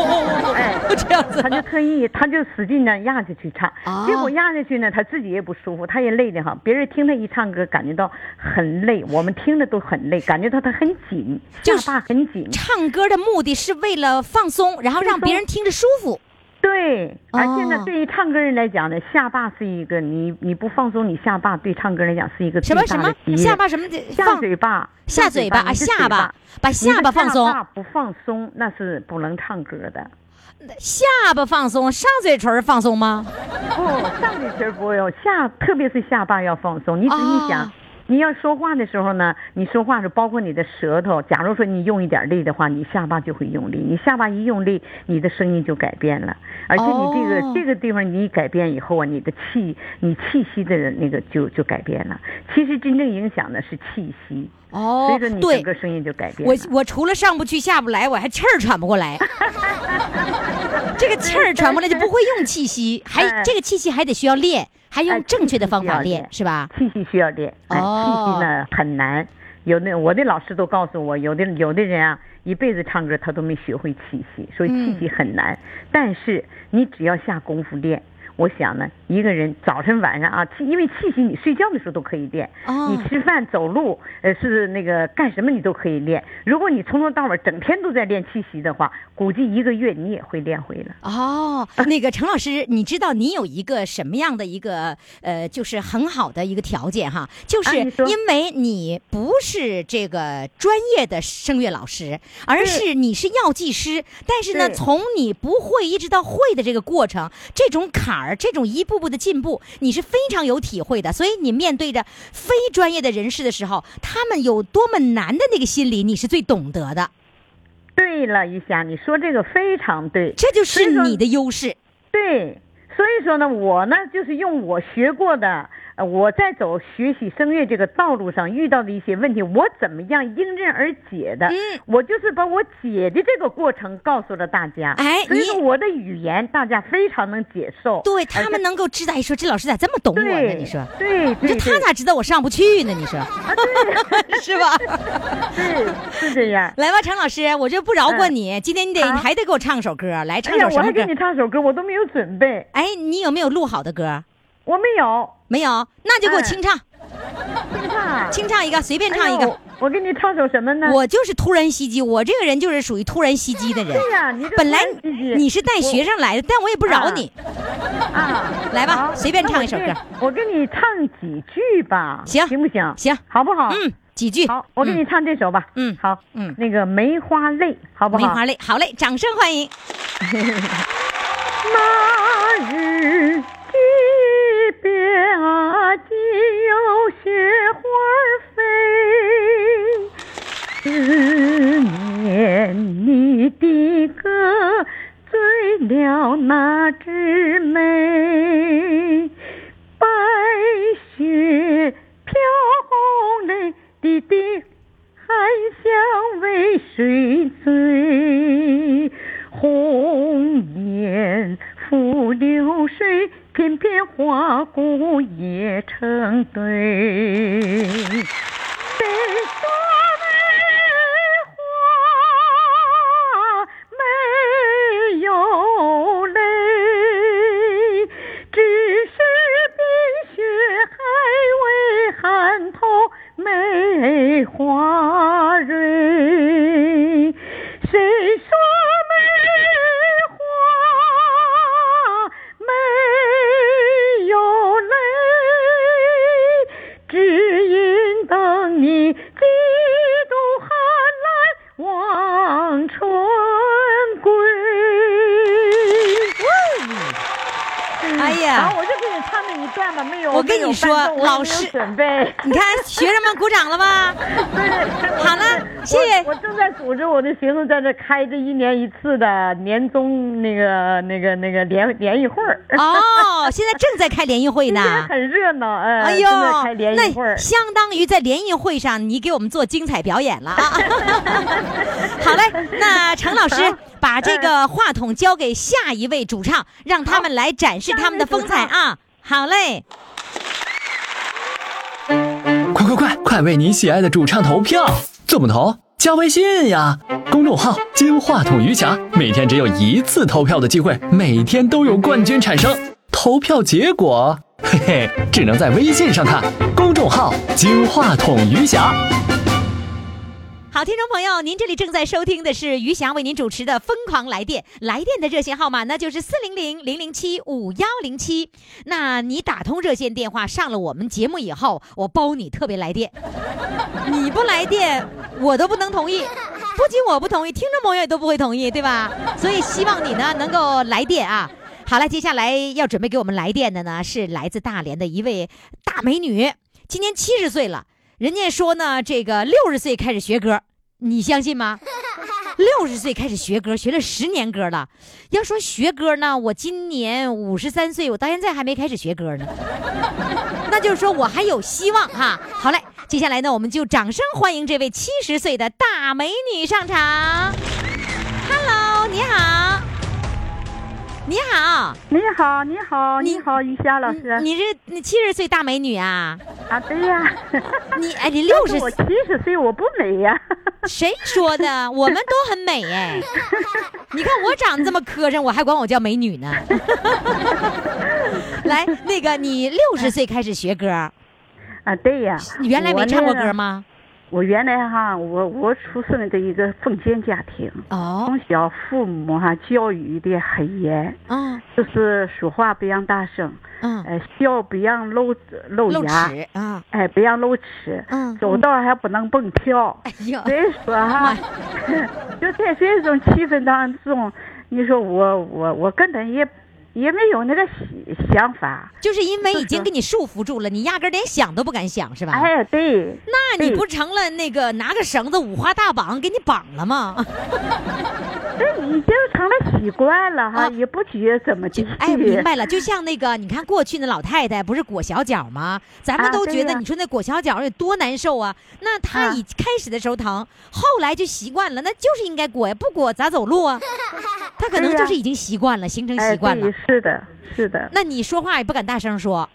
哎
这样子
她就特意，她就使劲的压下去唱，
哦
结果压下去呢，她自己也不舒服，她也累得哈，别人听她一唱歌感觉到很累，我们听着都很累，感觉到她很紧，
就是
下巴很紧，
唱歌的目的是为了放松，然后让别人听着舒服。
对，而且
哦
呢，对于唱歌人来讲呢，下巴是一个你你不放松，你下巴对唱歌人来讲是一个
什
最
么
大
什
的
么
敌人
下巴什么的
下
放
嘴巴
下嘴巴啊
你的
下巴
巴，
把
你的
下巴放松
下巴不放松那是不能唱歌的。
下巴放松，上嘴唇放松吗？
不，
哦
上嘴唇不用，下特别是下巴要放松。你仔细想。
哦
你要说话的时候呢，你说话是包括你的舌头。假如说你用一点力的话，你下巴就会用力。你下巴一用力，你的声音就改变了，而且你这个、
哦
这个地方你一改变以后啊，你的气你气息的那个就就改变了。其实真正影响的是气息，所
哦
以说，你
对
整，个声音就改变了。
我我除了上不去下不来，我还气儿喘不过 来。这个气儿喘不来就不会用气 息，还
哎
这个气息还得需要练，还用
哎
正确的方法
气息需要
练
练，
是吧？
气息需要练，哎，
哦
气息呢很难。有的我的老师都告诉我，有的有的人啊，一辈子唱歌他都没学会气息，所以气息很难。但是你只要下功夫练，我想呢，一个人早晨晚上啊，气因为气息你睡觉的时候都可以练，
哦
你吃饭走路呃是那个干什么你都可以练。如果你从头到尾整天都在练气息的话，估计一个月你也会练会了。
哦，那个陈老师，你知道你有一个什么样的一个呃，就是很好的一个条件哈，就是
啊你说
因为你不是这个专业的声乐老师，而是你是药剂师，但是呢，
对
从你不会一直到会的这个过程，这种坎儿，这种一步步的进步，你是非常有体会的。所以你面对着非专业的人士的时候，他们有多么难的那个心理，你是最懂得的，
对了，于霞，你说这个非常对。
这就
所以
是
说
你的优势。
对，所以说呢，我呢就是用我学过的，呃，我在走学习声乐这个道路上遇到的一些问题，我怎么样迎刃而解的？
嗯，
我就是把我解的这个过程告诉了大家。
哎
所以说
你
我的语言大家非常能接受。
对
而
他
且
们能够知道，哎，说这老师咋这么懂我呢？
对，
你说，
对
你
对
说他
对
咋知道我上不去呢？你说， 是吧？
对， 是这样。
来吧，常老师，我这不饶过
嗯
你，今天你得
好
你还得给我唱首歌，来
哎
唱
呀
首，什
我
么
还
歌
给？你唱首歌，我都没有准备，
哎，你有没有录好的歌？
我没有。
没有，那就给我
嗯
清唱，
你看，
清唱一个，随便唱一
哎呦
个。
我给你唱首什么呢？
我就是突然袭击，我这个人就是属于突然袭击的人
对。呀，你这
本来
突然之间
你是带学生来的，但我也不饶
嗯
你。
啊，
来吧
好
随便唱一首歌
那我给。我给你唱几句吧，
行
行不行？
行
好不好？，
嗯，几句。
好，我给你
嗯
唱这首吧。
嗯
好，
嗯
那个梅花泪，好不
梅
好？
花泪，好嘞，掌声欢迎。
那日一边啊，今有雪花飞。思念你的歌，醉了那枝梅。白雪飘红了你的含香为谁醉？红颜
间花鼓也成对。谁说梅花没有泪？只是冰雪还未寒透梅花蕊。谁说梅花没有泪？只因等你几度寒来望春归。
哎呀
完嗯我就给你唱这一段吧，没有。
我跟
没有
你说
伴奏我也
老
没有
师
准备。
你看学生们鼓掌了 吧？好了，谢谢
我。我正在组织我的学生在这开这一年一次的年终那个那个那个联联谊会儿，
哦，现在正在开联谊会
今天
呢。
很热闹，哎，
哎呦
正在开，联谊会
那
儿。
相当于在联谊会上你给我们做精彩表 演了 啊！好嘞，那程老师把这个话筒交给下一位主唱，让他们来展示他们的风
呃
采啊！好嘞，
快快快，快为你喜爱的主唱投票！怎么投？加微信呀，公众号“金话筒余霞”，每天只有一次投票的机会，每天都有冠军产生。投票结果，嘿嘿，只能在微信上看。公众号“金话筒余霞”。
好，听众朋友，您这里正在收听的是于翔为您主持的《疯狂来电》，来电的热线号码那就是四零零零零七五幺零七。那你打通热线电话上了我们节目以后，我包你特别来电，你不来电我都不能同意。不仅我不同意，听众朋友也都不会同意，对吧？所以希望你呢能够来电啊。好了，接下来要准备给我们来电的呢是来自大连的一位大美女，今年七十岁了。人家说呢，这个六十岁开始学歌，你相信吗？六十岁开始学歌，学了十年歌了。要说学歌呢，我今年五十三岁，我到现在还没开始学歌呢。那就是说我还有希望哈。好嘞，接下来呢，我们就掌声欢迎这位七十岁的大美女上场。Hello，你好，你好，
你好，你好，
你
你好，于霞老师
你是你七十岁大美女啊？
啊，对呀、
你哎，你六十
我七十岁，我不美呀、
谁说 的？我们都很美哎！你看我长这么磕碜，我还管我叫美女呢。 来，那个你六十岁开始学歌，
啊，对呀、
你原来没唱过歌吗？
啊我原来哈，我我出生的一个封建家庭，
哦，
从小父母哈、教育的很严，
嗯
就是说话不让大声，
嗯，
呃，笑不让露露
露
牙，
齿啊，
哎，不让露齿，
嗯，
走道还不能蹦跳，
哎呦，
所以说哈， 就在这种气氛当中，你说我我我根本也也没有那个想想法，
就是因为已经给你束缚住了，你压根儿连想都不敢想是吧？
哎，对，
那你
对
不成了那个拿个绳子五花大绑给你绑了吗？
这已经成了习惯了哈，
啊
也不觉怎么
就
地。
哎，明白了，就像那个，你看过去那老太太不是裹小脚吗？咱们
啊
都
对
觉得
呀
你说那裹小脚有多难受啊。那她
啊
一开始的时候疼，后来就习惯了，那就是应该裹呀，不裹咋走路 啊？她可能
对呀
就是已经习惯了，形成
哎，
习惯了
对，。是的，是的，
那你说话也不敢大声说，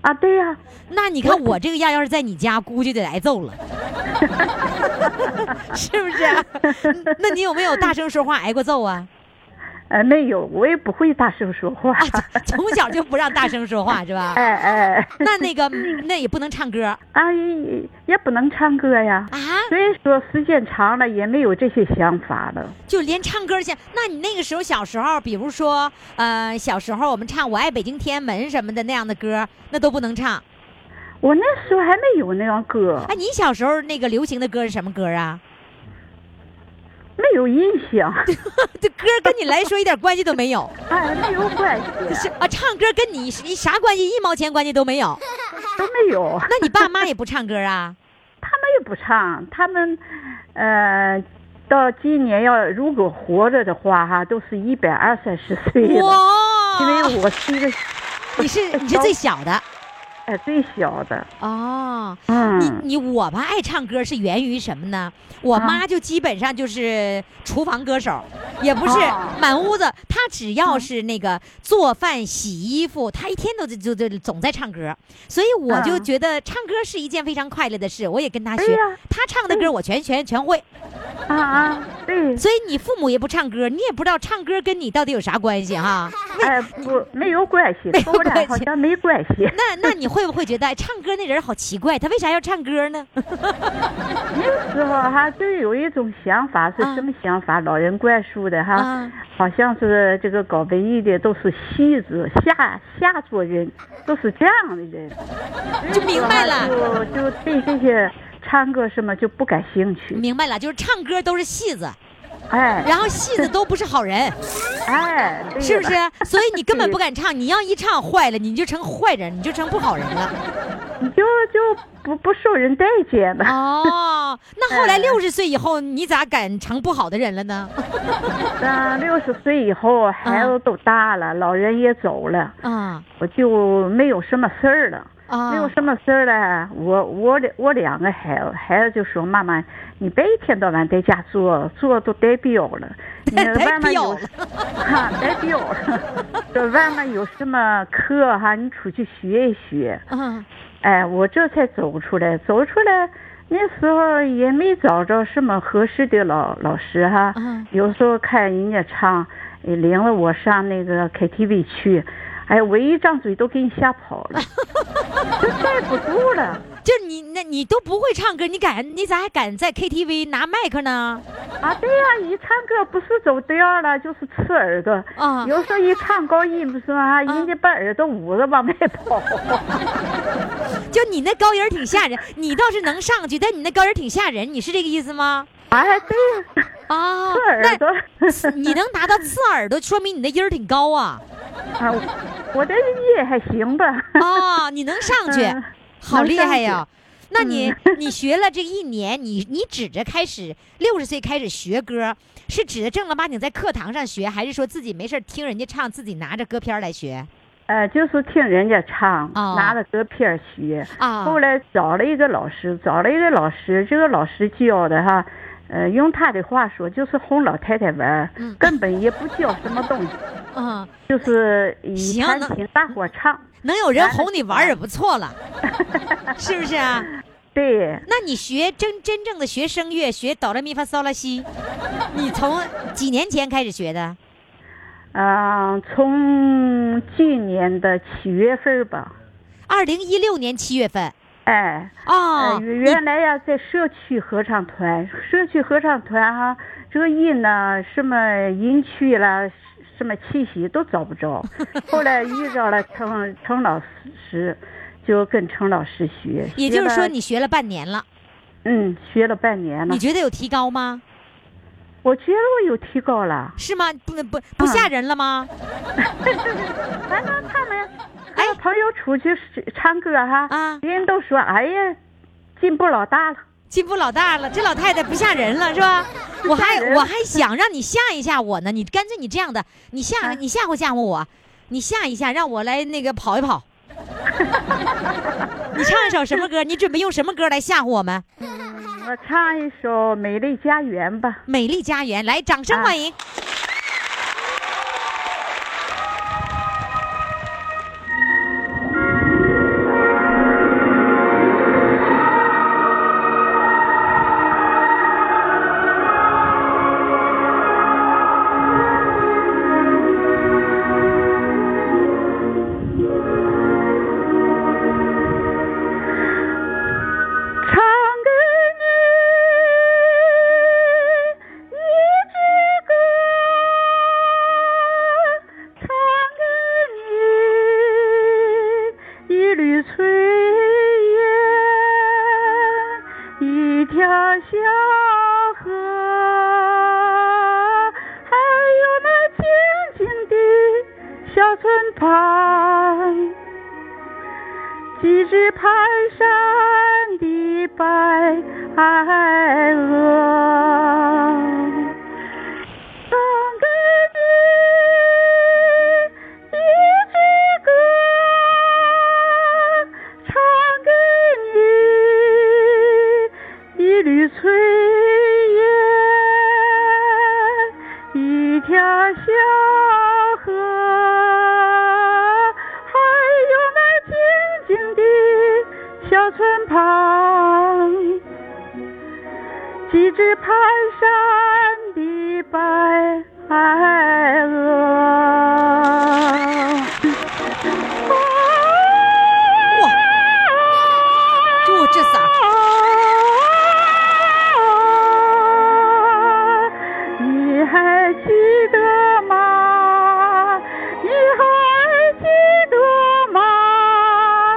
啊，对呀、
那你看我这个样，要是在你家，估计得挨揍 了， 是不是啊、那你有没有大声说话挨过揍啊？
呃，没有，我也不会大声说话
啊，， 从从小就不让大声说话是吧？
哎哎，
那那个那也不能唱歌。
啊也也不能唱歌呀，
啊，
所以说时间长了也没有这些想法了。
就连唱歌去。那你那个时候小时候，比如说，呃，小时候我们唱《我爱北京天安门》什么的那样的歌，那都不能唱。
我那时候还没有那样歌，
哎，你小时候那个流行的歌是什么歌啊？
没有印象，
这歌跟你来说一点关系都没有，
哎，没有关
是
系，
啊，唱歌跟你是啥关系？一毛钱关系都没有。
都没有。
那你爸妈也不唱歌啊？
他们也不唱，他们，呃，到今年要如果活着的话哈，都是一百二三十岁了。因
哇，
为我是一个
你是你是最小的，
哎，最小的，
哦，
嗯，
你我吧爱唱歌是源于什么呢？
啊
我妈就基本上就是厨房歌手，也不是
哦
满屋子，她只
嗯
要是那个做饭、洗衣服，她一天都在就就总在唱歌，所以我就觉得唱歌是一件非常快乐的事，我也跟她学
对嗯哎呀，嗯
她唱的歌我全全全会。
啊啊，对，
所以你父母也不唱歌，你也不知道唱歌跟你到底有啥关系哈。
哎，不，没有关系
没，有
和我
关
俩
系
好像没关 系，
那那你会不会觉得哎唱歌那人好奇怪，他为啥要唱歌 呢？
那时候哈，就有一种想法是
啊
什么想法？老人灌输的哈
啊，
好像是这个搞文艺的都是戏子、下下作人，都是这样的人。
就明白了。
就就对这些唱歌什么就不感兴趣。
明白了，就是唱歌都是戏子，
哎，
然后戏子都不是好人，
哎，对
是不
了
是？所以你根本不敢唱，你要一唱坏了，你就成坏人，你就成不好人了。
你就就不不受人待见 了。
哦，那后来六十岁以后，你咋敢成不好的人了呢？
嗯，六十岁以后，孩子都大了，老人也走了，
啊
我就没有什么事儿了。
啊
没有什么事儿了，我我的我两个孩子，孩子就说妈妈，你别一天到晚在家坐坐都呆表了， 你
呆
外面有
表了
哈呆表了， 这外面有什么课哈，你出去学一学。
啊
哎，我这才走出来，走出来那时候也没找着什么合适的老老师哈。
嗯
有时候看人家唱，也领了我上那个 KTV 去，哎，我一张嘴都给你吓跑 了，就待不住了
就是你那你都不会唱歌，你敢你咋还敢在 KTV 拿麦克呢？
啊！对呀、一唱歌不是走调了，就是刺耳朵。
啊
有时候一唱高音不是啊，人家把耳朵捂着往外跑。
就你那高音儿挺吓人，你倒是能上去，但你那高音儿挺吓人，你是这个意思吗？
哎，对呀、
啊，
刺耳朵。
那你能达到刺耳朵，说明你的音儿挺高啊。
啊，我我这音还行吧。
哦，你能上去，
嗯
好
能
厉
上
害
去嗯
呀！那你、你学了这一年，你你指着开始六十岁开始学歌，是指着正儿八经在课堂上学，还是说自己没事儿听人家唱，自己拿着歌片儿来学？
呃，就是听人家唱，
哦
拿着歌片儿学。
啊
后来找了一个老师，找了一个老师，这个老师教的哈，呃，用他的话说就是哄老太太玩儿，
嗯
根本也不教什么东西，
嗯，
就是以
行
弹
能
琴大伙儿唱。
能有人
完了
哄你玩儿也不错 了，是不是啊？
对，
那你学真真正的学声乐，学哆来咪发嗦拉西，你从几年前开始学的？
嗯、从去年的七月份儿吧，
二零一六年七月份
哎，
啊、
呃，原来呀，在社区合唱团，社区合唱团哈、这个音呢，什么音区啦，什么气息都找不着。后来遇着了程程老师，就跟程老师学。
也就是
学
说
了
你学了半年了，
嗯，学了半年了
你，觉得有提高吗？
我觉得我有提高了。
是吗？不
嗯
不不吓人了吗？
反正他们，哎，朋友出去唱歌哈、
啊
人都说哎呀，进步老大了。
进步老大了，这老太太不吓人了是 吧？我还
吓人
我还想让你吓一吓我呢，你干脆你这样的，你
啊
吓、你吓唬吓唬我，你吓一吓，让我来那个跑一 跑。你唱一首什么歌？你准备用什么歌来吓唬我们？
我唱一首《美丽家园》吧。
美丽家园，来，掌声
啊
欢迎！
唱给你一支歌，唱给你一缕炊烟，一条小河，还有那静静的小村畔。几只蹒跚的白鹅，唱给你一支歌，唱
静静的小村旁，几只蹒跚的白鹅。
就这色儿，
你还记得吗？你还记得吗？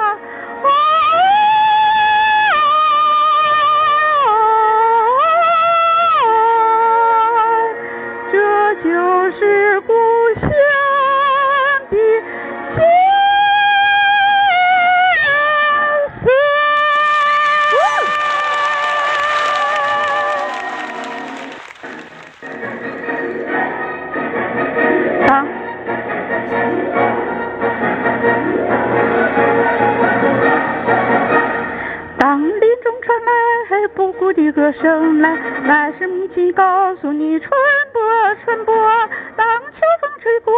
啊！这就是故乡的金色。
啊，
当林中传来不顾的歌声来，来是母亲告诉你春播春播。当秋风吹过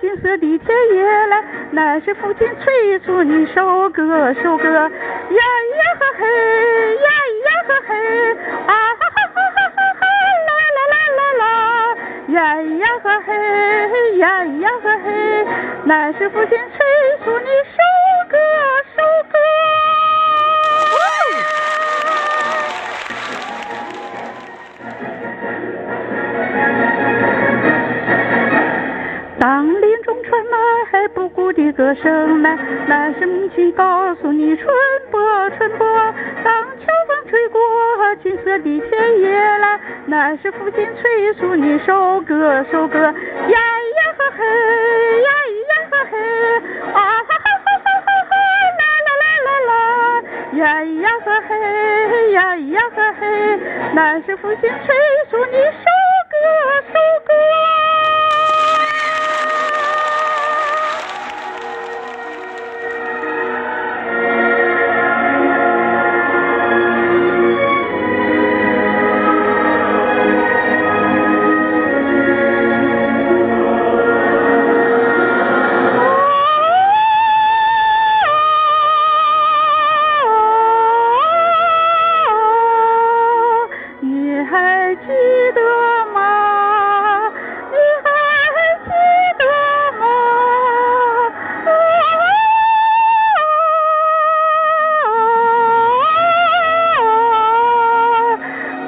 金色的田野来，来是父亲催促你收割收割。呀呀呵嘿，呀呀呵嘿，啊哈哈哈哈哈哈，啦啦啦啦啦。呀呀呵嘿，呀呀呵嘿，那是父亲催促你收割，收割。当林中传来不顾的歌声来，那是母亲告诉你春播春播。当秋风吹过金色的田野来，那是父亲催促你收割收割。呀呀呵嘿，呀呀呵嘿，啊哈哈哈哈哈哈，啦啦啦啦啦，呀呀呵嘿，呀呀呵嘿，那是父亲催促你收割收割。你还记得吗？你还记得吗？啊！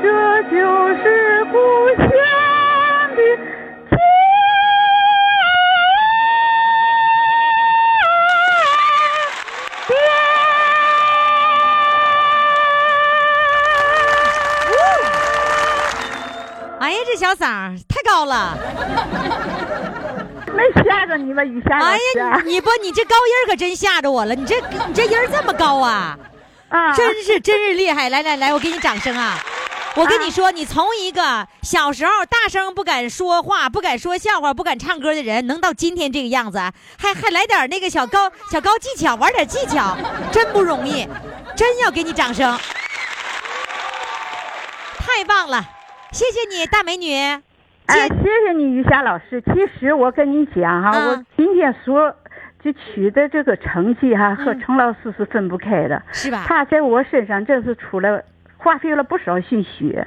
这就是故乡的天。
哎呀，这小嗓儿太高了！
没吓着你吧，雨霞老
哎
师？
呀，你你不，你这高音儿可真吓着我了！你这你这音儿这么高啊，
啊，
真是真是厉害！来来来，我给你掌声啊！我跟你说，你从一个小时候大声不敢说话、不敢说笑话、不敢唱歌的人，能到今天这个样子，啊还还来点那个小高小高技巧，玩点技巧，真不容易，真要给你掌声！太棒了，谢谢你，大美女。
哎，谢谢你，于霞老师。其实我跟你讲哈、
嗯
我今天所就取得这个成绩哈、和程老师是分不开的，
嗯是吧
他在我身上真是出了花费了不少心血，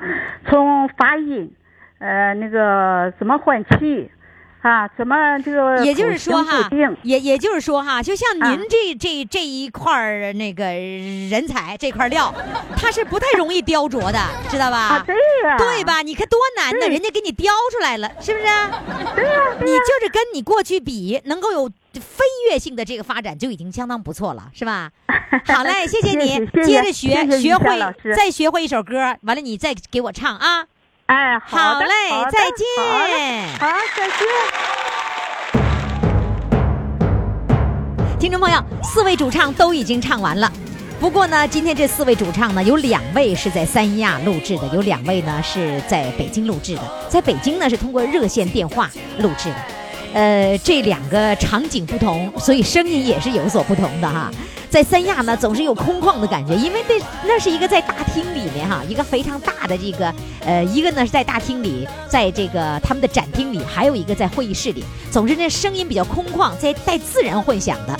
从发音，呃，那个怎么换气，啊，怎么这个
也就是说
口型
哈
固定，
也也就是说哈，就像
啊
您这、这这一块儿那个人才这块料，它是不太容易雕琢的，知道吧？
啊，对呀、
对？吧？你看多难呢，
对
人家给你雕出来了，是不是？
对呀、
你就是跟你过去比，能够有飞跃性的这个发展，就已经相当不错了，是吧？好嘞，谢你，
谢谢谢谢
接着学，
谢谢于
学
霞
会
老师
再学会一首歌，完了你再给我唱啊！
哎，好的
嘞
好的，
再
好的
见。
好，再见。
听众朋友，四位主唱都已经唱完了。不过呢，今天这四位主唱呢，有两位是在三亚录制的，有两位呢是在北京录制的。在北京呢是通过热线电话录制的。呃，这两个场景不同，所以声音也是有所不同的哈。在三亚呢，总是有空旷的感觉，因为那那是一个在大厅里面哈，一个非常大的这个呃，一个呢是在大厅里，在这个他们的展厅里，还有一个在会议室里。总之呢，声音比较空旷，在带自然混响的。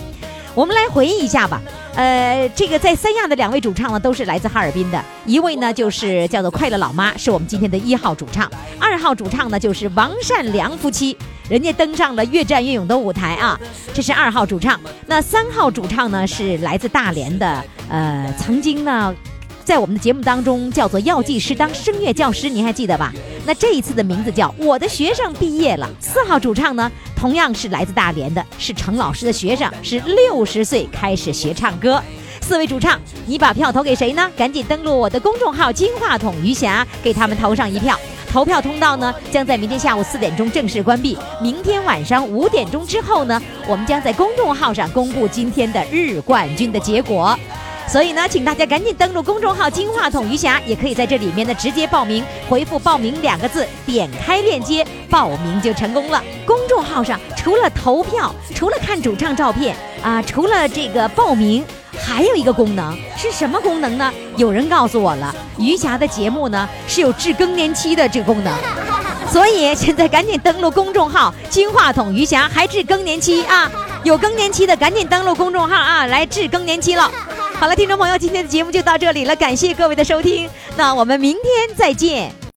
我们来回忆一下吧。呃，这个在三亚的两位主唱呢，都是来自哈尔滨的，一位呢就是叫做快乐老妈，是我们今天的一号主唱；二号主唱呢就是王善良夫妻，人家登上了越战越勇的舞台啊，这是二号主唱。那三号主唱呢是来自大连的，呃，曾经呢。在我们的节目当中叫做“药剂师当声乐教师”，您还记得吧？那这一次的名字叫“我的学生毕业了”。四号主唱呢，同样是来自大连的，是程老师的学生，是六十岁开始学唱歌。四位主唱，你把票投给谁呢？赶紧登录我的公众号“金话筒余霞”，给他们投上一票。投票通道呢，将在明天下午四点钟正式关闭。明天晚上五点钟之后呢，我们将在公众号上公布今天的日冠军的结果。所以呢，请大家赶紧登录公众号“金话筒余霞”，也可以在这里面呢直接报名，回复“报名”两个字，点开链接报名就成功了。公众号上除了投票，除了看主唱照片啊、除了这个报名，还有一个功能是什么功能呢？有人告诉我了，余霞的节目呢是有治更年期的这个功能。所以现在赶紧登录公众号“金话筒余霞”，还治更年期啊！有更年期的赶紧登录公众号啊，来治更年期了。好了，听众朋友，今天的节目就到这里了，感谢各位的收听，那我们明天再见。